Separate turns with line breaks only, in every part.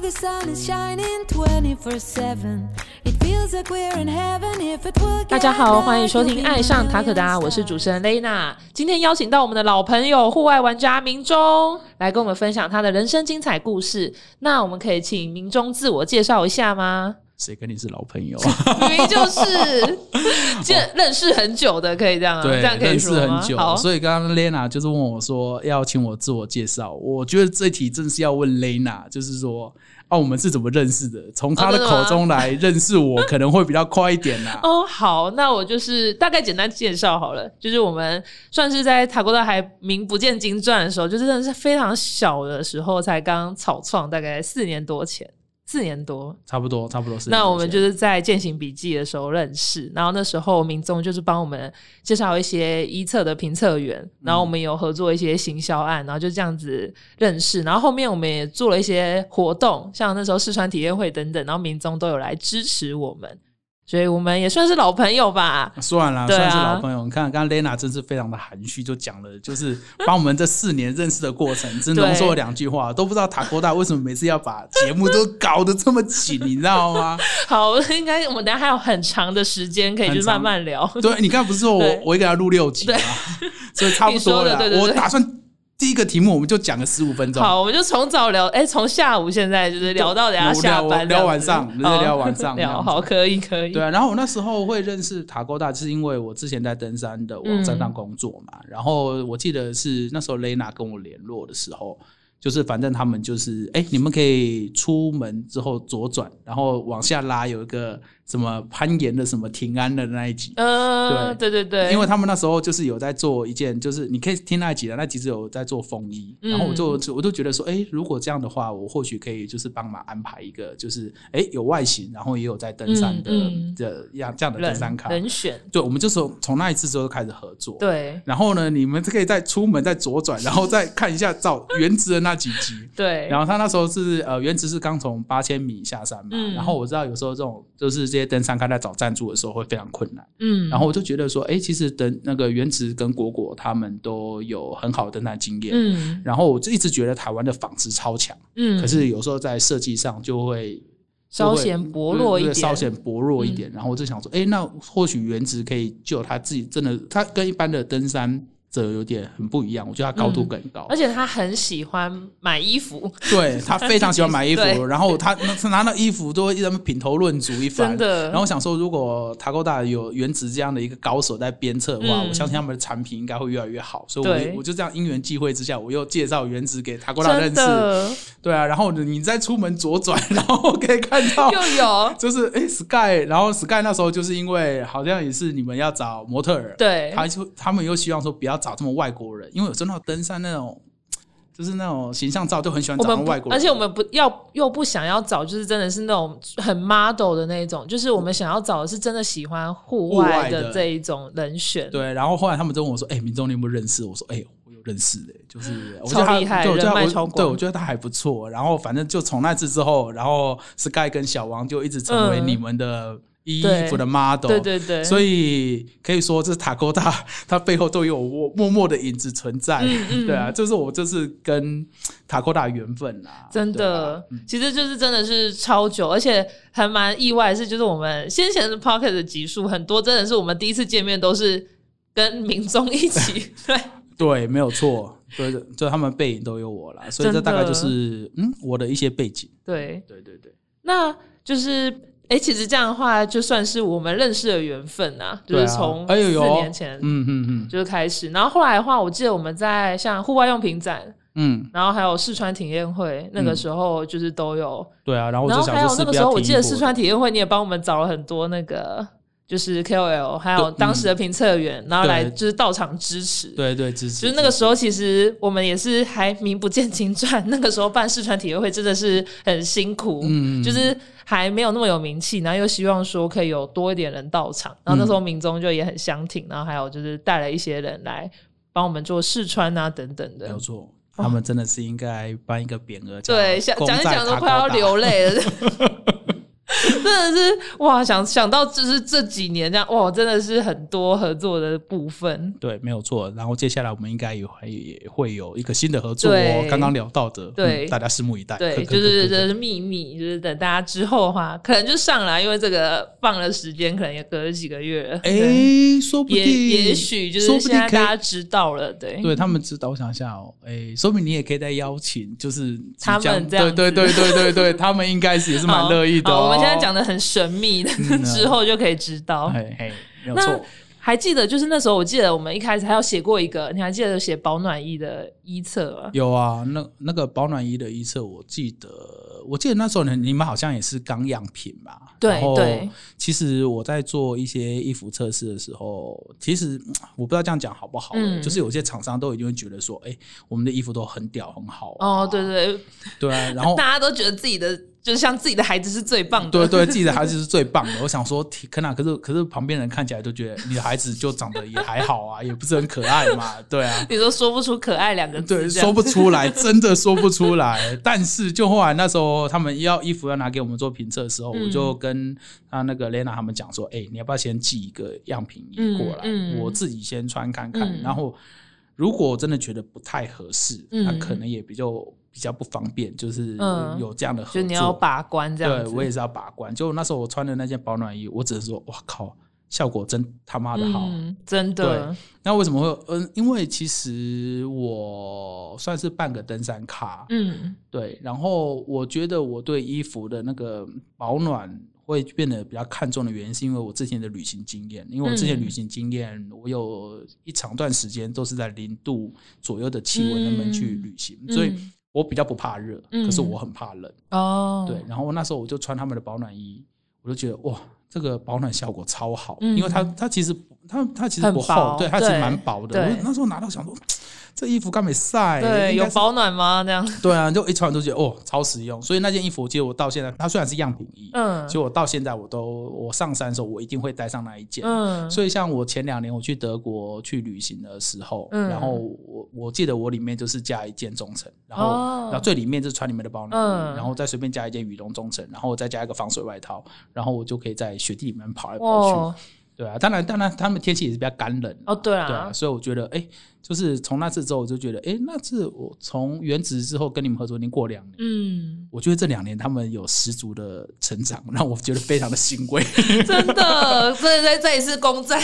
the sun is shining 24/7. It feels like we're in heaven if it were
大家好，欢迎收听《爱上塔可达》，我是主持人 Lena。今天邀请到我们的老朋友户外玩家明忠来跟我们分享他的人生精彩故事。那我们可以请明忠自我介绍一下吗？
谁跟你是老 朋友？
明明就是 见认识很久的，可以这样啊？
对，
这样可以
认识
说吗？
很久
好，，
所以刚刚 Lena 就是问我说要请我自我介绍，我觉得这题正是要问 Lena，就是说啊，我们是怎么认识的？从她
哦
的
真的吗
口中来认识我，可能会比较快一点 啊啦。
哦，好，那我就是大概简单介绍好了，就是我们算是在塔国道还名不见经传的时候，就真的是非常小的时候才刚草创，大概四年多前，四年多。
差不多，差不多是。
那我们就是在践行笔记的时候认识，然后那时候民众就是帮我们介绍一些一测的评测员，然后我
嗯
们有合作一些行销案，然后就这样子认识。然后后面我们也做了一些活动，像那时候试穿体验会等等，然后民众都有来支持我们，所以我们也算是老朋友吧。
算了，
对啊
算是老朋友。你看，刚刚 Lena 真是非常的含蓄，就讲了，就是把我们这四年认识的过程，只浓缩了两句话，都不知道塔科大为什么每次要把节目都搞得这么紧，你知道吗？
好， 应该我们等一下还有很长的时间可以
很
就是慢
长
慢聊。
对，你刚才不是说我
对
我一个人要录六集吗？ 所以差不多了啦。
你说的对对对
我打算第一个题目我们就讲个十五分钟，
好，我们就从早聊，哎、从下午现在就是聊到等一下
我
下
聊
班
聊
这样
晚
子
上直接
好
聊 晚上这
聊
样
好，
子
可以可以，
对啊，然后我那时候会认识塔勾大，是因为我之前在登山的
嗯
网站上工作嘛。然后我记得是那时候雷娜跟我联络的时候，就是反正他们就是，哎、你们可以出门之后左转，然后往下拉有一个什么攀岩的什么平安的那一集。
嗯，对对对，
因为他们那时候就是有在做一件，就是你可以听那一集的，那集是有在做风衣，
嗯
然后我就就我就觉得说，哎，如果这样的话，我或许可以就是帮忙安排一个，就是哎有外形，然后也有在登山的
嗯嗯
的样这样的登
人
山卡。
人选
对，我们就从从那一次之后开始合作。。
对
然后呢，你们可以再出门再左转，然后再看一下照原值的那几集。
对，
然
后
后他那时候是呃，原值是刚从八千米下山嘛，
嗯
然后我知道有时候这种就是这些登山咖在找赞助的时候会非常困难。
嗯，
然后我就觉得说，哎，其实等那个原子跟果果他们都有很好的登山经验。
嗯
然后我就一直觉得台湾的纺织超强，
嗯，
可是有时候在设计上就会
稍
就会
显薄弱一
对对
点嗯
稍显薄弱一点。然后我就想说，哎，那或许原子可以就他自己真的，他跟一般的登山者有点很不一样，我觉得他高
嗯
度更高，
而且他很喜欢买衣服，
对 他非常喜欢买衣服，
对
然后他他拿到衣服都会一直品头论足一番
真。的，
然后我想说，如果塔勾大有原子这样的一个高手在鞭策的话，
嗯
我相信他们的产品应该会越来越好。所以我
对
就，我就这样因缘际会之下，我又介绍原子给塔勾大认
真
识。
的
对啊，然后你再出门左转， 然后可以看到。
又有
就是诶 s k y 然后 Sky 那时候就是因为好像也是你们要找模特儿，
对
他就他们又希望说不要找这么外国人，因为有时候那种登山那种，就是那种形象照就很喜欢
我
找那
们
种
不
外国人，
而且我们不要又不想要找，就是真的是那种很 model 的那一种，就是我们想要找的是真的喜欢户
户
外
外
的
的
这一种人选。
对，然后后来他们就问我说：“哎、民众你有没有认识？”我说：“哎、我有认识的、就是我觉
超
得他，
厉害
对，我觉
人
得
脉
他
超
我
广
对，我觉得他还不错。然后反正就从那次之后，然后 Sky 跟小王就一直成为
嗯
你们的衣
对
服的 model，
对对对，
所
以
以可以说，这塔科大它背后都有我默默的影子存在，
嗯
对啊，就是我这是跟塔科大的缘分啦，
真
对啊
的、其实就是真的是超久，而且还蛮意外的是，就是我们先前的 Pocket 的集数很多，真的是我们第一次见面都是跟民众一 起，对，
对，没有错，对，就他们背影都有我啦，所以这
真的
大概就是嗯我的一些背景，
对，
对对对。
那就是哎、诶其实这样的话，就算是我们认识的缘分啊，就
对
是
啊
从
哎呦
四
呦
年前
嗯嗯嗯
就是开始，然后后来的话，我记得我们在像户外用品展，
嗯，
然后还有试穿体验会，那个时候就是都有，
对啊，然后我
然
就
后
想
还有
说是
那
不
个
是
时
要
候我记得
停
试
播
穿体验会，你也帮我们找了很多那个。就是 KOL，还有
对嗯
当时的评测员，然后来
对
就是到场支持。
对对支持，
就是那个
支持
时候，其实我们也是还名不见经传。 那个时候办试穿体验会真的是很辛苦，
嗯
就是还没有那么有名气，然后又希望说可以有多一点人到场。然后那时
嗯
候民宗就也很相挺，然后还有就是带了一些人来帮我们做试穿啊等等
没
的
有。错，他们真的是应该颁一个匾额，
对，
叫
想讲一
公仔
讲都
塔
快要
高达。
流泪了。 真的是哇，想想到就是这几年这样，哇，真的是很多合作的部分。
对，没有错。然后接下来我们应该也会也会有一个新的合作哦
对，
刚刚聊到的，
对
嗯大家拭目以待。呵
对，
呵
就
呵
是
呵
这是秘密，就是等大家之后的话，可能就上来，因为这个放了时间，可能也隔了几个月了。对
哎，说不定
嗯也也许就是
说不
现
定
在
可以
大家知道了，对
对他们知道，我想一下哦，哎，说明你也可以再邀请，就是即
他们
将
这样子
对对对对对对，他们应该是也是蛮
好
乐意的
好
哦。
我们现在讲的很神秘，
嗯
之后就可以知道。
哎，嘿，没有
那
错，
还记得就是那时候，我记得我们一开始还有写过一个，你还记得写保暖衣的衣册吗？
有啊，那那个保暖衣的一册，我记得，我记得那时候你你们好像也是刚样品吧？
对
然后
对
其实我在做一些衣服测试的时候，其实嗯我不知道这样讲好不好、欸
嗯
就是有些厂商都已经会觉得说，哎、我们的衣服都很屌，很好、啊
哦，对对，对
对啊，然后
大家都觉得自己的就是像自己的孩子是最棒的，
对对，自己的孩子是最棒的。我想说， 天可哪，可是可是旁边人看起来都觉得你的孩子就长得也还好啊，也不是很可爱嘛，对啊。
你都说不出“可爱”两个字，
对，
这样
说不 出来，真的说不出来。但是就后来那时候他们要衣服要拿给我们做评测的时候，
嗯
我就跟他那个 Lena 他们讲说，哎、你要不要先寄一个样品
嗯
过来，
嗯
我自己先穿看看，
嗯
然后如果我真的觉得不太合适，
嗯
那可能也比较比较不方便，就是
嗯
有这样的合
就
作。
你要把关这样
对
子。
我也是要把关。就那时候我穿的那件保暖衣，我只是说，哇靠，效果真他妈的好。
嗯，真的，
那为什么会有？嗯，因为其实我算是半个登山咖，
嗯
对。然后我觉得我对衣服的那个保暖会变得比较看重的原因，是因为我之前的旅行经验。因为我之前
嗯
旅行经验，我有一长段时间都是在零度左右的气温那边去
嗯
旅行，所以
嗯
我比较不怕热，
嗯
可是我很怕冷。
哦，
对，然后那时候我就穿他们的保暖衣，我就觉得哇，这个保暖效果超好，
嗯
因为它它其实不它它其实
很
不
薄
厚，对，它其实
对
蛮薄的。
对
我那时候拿到想说，这衣服刚没晒，
对，
应
有
该是
保暖吗？这样，
对啊，就一穿都觉得哦，超实用。所以那件衣服，其实我到现在，它虽然是样品衣，
嗯
其实我到现在我都我上山的时候，我一定会带上那一件。
嗯，
所以，像我前两年我去德国去旅行的时候，
嗯
然后我我记得我里面就是加一件中层，然后、
哦
然后最里面就是穿你们的保暖衣，
嗯
然后再随便加一件羽绒中层，然后我再加一个防水外套，然后我就可以在雪地里面跑来跑去。
哦
对啊，当然，当然，他们天气也是比较干冷
哦，对
对
啊
啊，，所以我觉得，哎、就是从那次之后，我就觉得，哎、那次我从原职之后跟你们合作已经过两年，
嗯，
我觉得这两年他们有十足的成长，让我觉得非常的欣慰。
真 的，所以在这里是公债。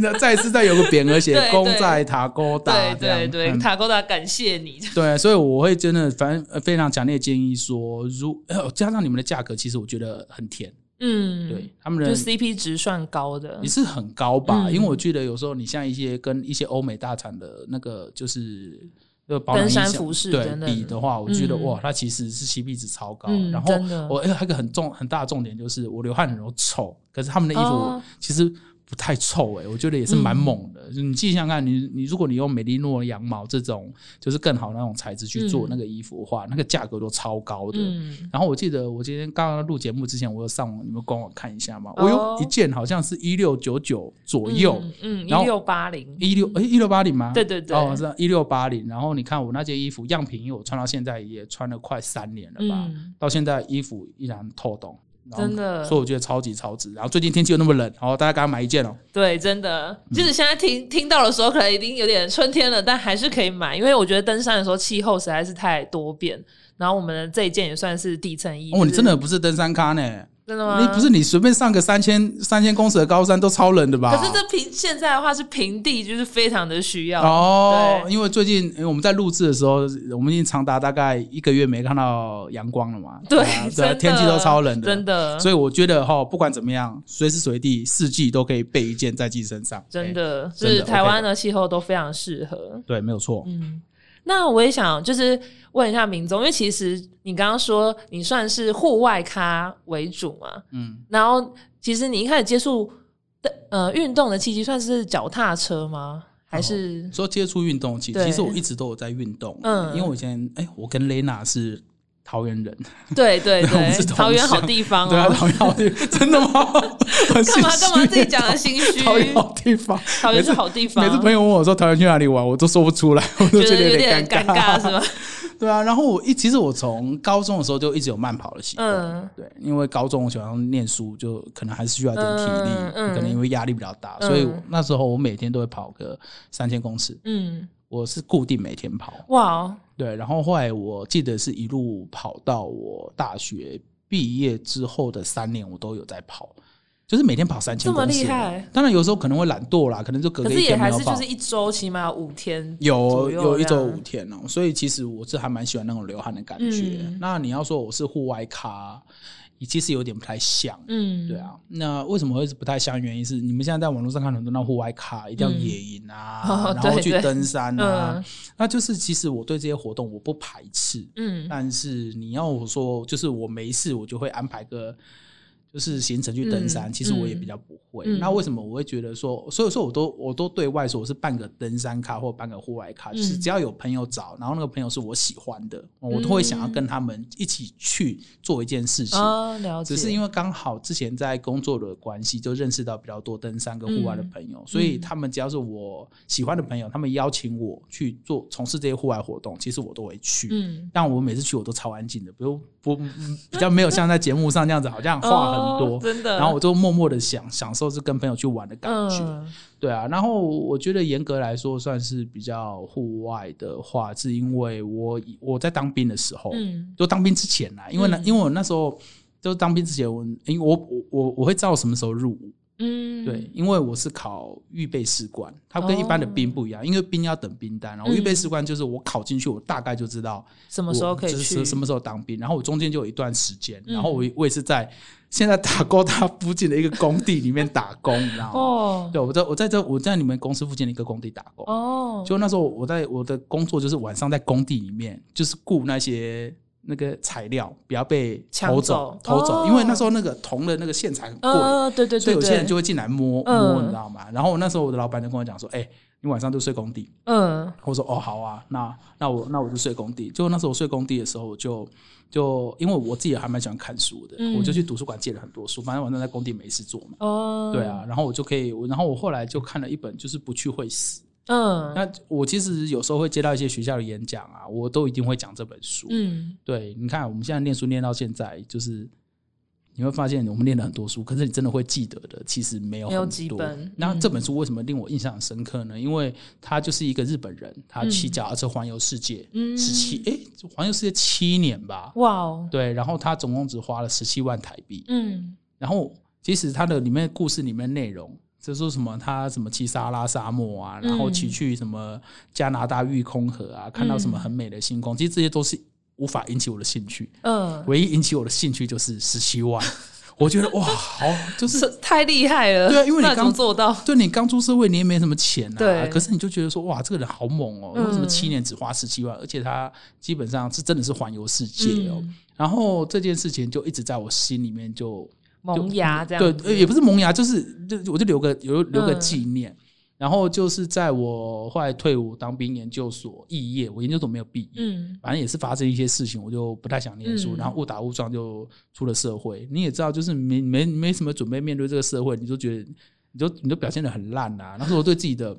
那再次再有个匾额写
对对
“公在塔勾达
对”
这样
对对，
嗯
塔勾达，感谢你。
对，所以我会真的，反正呃非常强烈建议说，如、呃加上你们的价格，其实我觉得很甜，
嗯，
对、，他们
就
的
CP 值算高的
也。是很高吧，
嗯
因为我记得有时候你像一些跟一些欧美大厂的那个就是。那个保
登
暖
山
衣箱
服饰
对
等等
比的话，我觉得、
嗯
哇，它其实是 CP 值超高。
嗯
然后
真的
我哎还有一个很重很大的重点就是，我流汗很容易臭，可是他们的衣服
哦嗯
其实不太臭哎、我觉得也是蛮猛的。就你自己想想看，你你如果你用美利诺羊毛这种就是更好那种材质去做
嗯
那个衣服的话，那个价格都超高的。
嗯，
然后我记得我今天刚刚录节目之前，我有上网你们官网看一下嘛，
哦
我有一件好像是一六九九左右，
嗯，嗯，一
然后
六八零，
一六哎一六八零吗？
对对对
哦是一六八零。然后你看我那件衣服样品，因为我穿到现在也穿了快三年了吧，
嗯
到现在衣服依然透懂。然后
真的
所以我觉得超级超值。然后最近天气又那么冷，然后大家赶快买一件哦。
对，真的，
嗯
即使现在听听到的时候，可能已经有点春天了，但还是可以买，因为我觉得登山的时候气候实在是太多变。然后我们的这一件也算是底层衣，
哦，你
就是
真的不是登山咖呢？
真的吗？
你不是，你随便上个三千三千公尺的高山都超冷的吧？
可是这平现在的话是平地，就是非常的需要。
哦，
对
因为最近因为我们在录制的时候，我们已经长达大概一个月没看到阳光了嘛。
对
啊，
真
对啊，
的
天气都超冷的，
真。的，
所以我觉得哦哈，不管怎么样，随时随地四季都可以备一件在自己身上。
真
哎，
的
真的
是
OK
台湾的气候都非常适合。
对，没有错。
嗯，那我也想就是问一下明总，因为其实你刚刚说你算是户外咖为主嘛，
嗯，
然后其实你一开始接触的呃运动的契机算是脚踏车吗？还是
说接触运动，其
对
其实我一直都有在运动，
嗯
因为我以前哎，我跟 Lena 是桃园人，
对对
我们是
对，
同
桃园好
乡
地方
对啊，
哦，
桃园好地，真的吗？
干嘛
很
干
心
嘛
虚
自己 讲的心虚？
桃园好地方，
桃园
每
是
次
好地方，
每次朋友问我说桃园去哪里玩，我都说不出来，我 都
觉得
得
有
点
点尴尬是？吧？
对啊，然后我一其实我从高中的时候就一直有慢跑的习惯，
嗯
对，因为高中我喜欢念书，就可能还是需要一点体力，
嗯嗯
可能因为压力比较大，
嗯
所以我那时候我每天都会跑个三千公尺，
嗯，
我是固定每天跑，
哇哦，
对，然后后来我记得是一路跑到我大学毕业之后的三年，我都有在跑。就是每天跑三千
这么
公尺，
厉害
当然有时候可能会懒惰啦，可能就隔
可
个
是
一
也
天没
还
有
是
跑。
就是一周起码有五天
有
左右
有一
这
周
样
五天哦、所以其实我是还蛮喜欢那种流汗的感觉。
嗯
那你要说我是户外咖，其实有点不太像。
嗯，
对，啊，那为什么会是不太像？原因是你们现在在网络上看很多那户外咖，一定要
嗯
野营啊，
哦
然后
对
去
对
登山啊，
嗯
那就是其实我对这些活动我不排斥，
嗯
但是你要我说，就是我没事，我就会安排个就是行程去登山。
嗯
其实我也比较不会。
嗯
那为什么我会觉得说，所以说我都我都对外说我是半个登山咖或半个户外咖，就是
嗯
只要有朋友找，然后那个朋友是我喜欢的，我都会想要
嗯
跟他们一起去做一件事情。
啊，了解，
只是因
为
为刚好之前在工作的关系，就认识到比较多登山跟户
嗯
外的朋友，所以他们只要是我喜欢的朋友，他们邀请我去做从事这些户外活动，其实我都会去。
嗯，
但我每次去我都超安静的，不用 不嗯比较没有像在节目上那样子，好像话很多。
哦真的，
然后我就默默的想享受是跟朋友去玩的感觉，
嗯
对啊。然后我觉得严格来说算是比较户外的话，是因为我以我在当兵的时候，
嗯
就当兵之前啊啦，因为呢，
嗯
因为我那时候就当兵之前，我因为我我我我会知道什么时候入伍，
嗯，
对，因为我是考预备士官，它跟一般的兵不一样，因为兵要等兵单，然后
哦嗯
预备士官就是我考进去，我大概就知道。
什么
我
时候可以
就是
去？
什么时候当兵？然后我中间就有一段时间，
嗯
然后我我也是在现在打勾他附近的一个工地里面打工，你知道 吗？
哦
对，我在我在这我在你们公司附近的一个工地打工。
哦，
就那时候我在我的工作就是晚上在工地里面，就是雇那些那个材料不要被
抢
偷
走
偷走，
哦
因为那时候那个铜的那个线材很贵，
呃，对对
所
对
以有
对，
些人就会进来摸摸，
嗯
你知道吗？然后那时候我的老板就跟我讲说：“哎、你晚上就睡工地。”
嗯
我说哦好啊，那那我那我就睡工地。就那时候我睡工地的时候，我就就因为我自己还蛮喜欢看书的，
嗯
我就去图书馆借了很多书，反正晚上在工地没事做嘛。
哦，
对啊，，然后我就可以，我然后我后来就看了一本，就是不去会死。
嗯
那我其实有时候会接到一些学校的演讲啊，我都一定会讲这本书。
嗯，
对，你看我们现在念书念到现在，就是你会发现我们念了很多书，可是你真的会记得的，其实没有
没有
很
几
多
本
那
嗯
这本书为什么令我印象很深刻呢？因为他就是一个日本人，他骑
嗯
脚踏车环游世界，
嗯
十七哎，环游世界七年吧，
哇哦，
对，然后他总共只花了十七万台币，
嗯
然后其实他的里面故事里面内容。就说什么他什么骑撒拉沙漠啊，然后骑
嗯
去什么加拿大育空河啊，看到什么
嗯
很美的星空，其实这些都是无法引起我的兴趣。
嗯，
唯一引起我的兴趣就是十七万，我觉得哇，好，就是
是太厉害了，
对啊因为你
那怎么
刚
做到？
对你刚出社会，你也没什么钱啊
对，
可是你就觉得说哇，这个人好猛哦，
嗯
为什么七年只花十七万？而且他基本上是真的是环游世界哦。
嗯
然后这件事情就一直在我心里面就
萌芽这样
对
子，，
呃也不是萌芽，就是就我就留个留留个
嗯
纪念。然后就是在我后来退伍当兵研究所肄业，我研究所没有毕业，
嗯
反正也是发生一些事情，我就不太想念
嗯
书，然后误打误撞就出了社会。你也知道，就是没没没什么准备面对这个社会，你就觉得你就你就表现的很烂啊。那时候我对自己的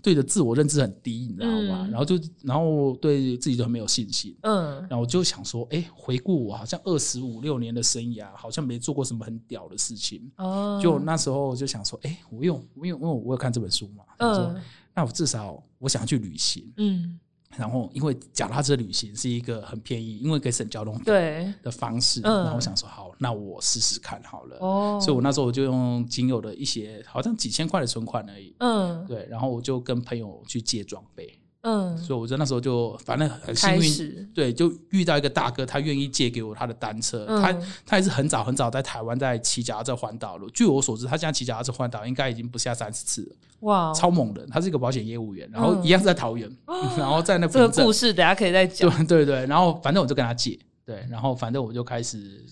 对的自我认知很低，你知道吗？
嗯
然后就然后对自己就很没有信心。
嗯
然后我就想说，哎，回顾我好像二十五六年的生涯，好像没做过什么很屌的事情。
哦，
就那时候我就想说，哎，我用我用因为我有看这本书嘛，想说、
嗯
那我至少我想要去旅行。
嗯
然后因为脚踏车旅行是一个很便宜，因为可以省交通费
对
的方式，
嗯
然后我想说好，那我试试看好了。
哦，
所以我那时候我就用仅有的一些好像几千块的存款而已，
嗯
对，然后我就跟朋友去借装备，
嗯
所以我就那时候就反正很幸
开
运。
始
对，就遇到一个大哥，他愿意借给我他的单车，
嗯
他他也是很早很早在台湾在骑脚踏车环岛了。据我所知，他现在骑脚踏车环岛应该已经不下三十次了，
哇，哦
超猛的。他是一个保险业务员，然后
嗯
一样是在桃园，然后在那
这个
平镇
故事等下可以再讲，
对对对，然后反正我就跟他借，对，然后反正我就开始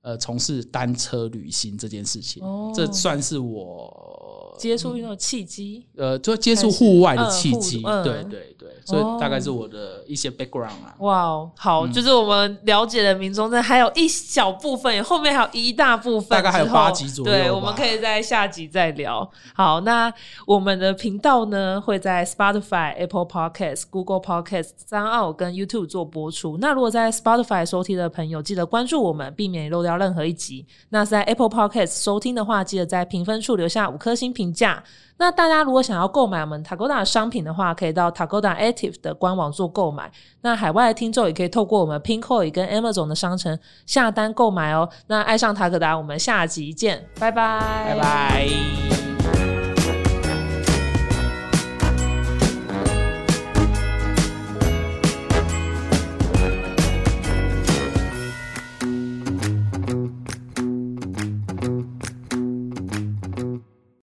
呃从事单车旅行这件事情，
哦
这算是我
接触运动的契机。
呃，就接触户外的
开始
契机，
嗯户
对
嗯
对对，所
哦
以大概是我的一些 background 啊。
哇哦，好，就是我们了解了民众，这还有一小部分，后面还有一大部分，
大概还有
之后
八集左右
对，
吧
我们可以在下集再聊。好，那我们的频道呢会在 Spotify、Apple Podcast、Google Podcast、三奥跟 YouTube 做播出。那如果在 Spotify 收听的朋友，记得关注我们，避免漏掉任何一集。那在 Apple Podcast 收听的话，记得在评分处留下五颗星评价。那大家如果想要购买我们 Takoda 的商品的话，可以到 Takoda Active 的官网做购买。那海外的听众也可以透过我们 Pinkoi 跟 Amazon 的商城下单购买哦。那爱上塔可达，我们下集见，拜拜，
拜拜。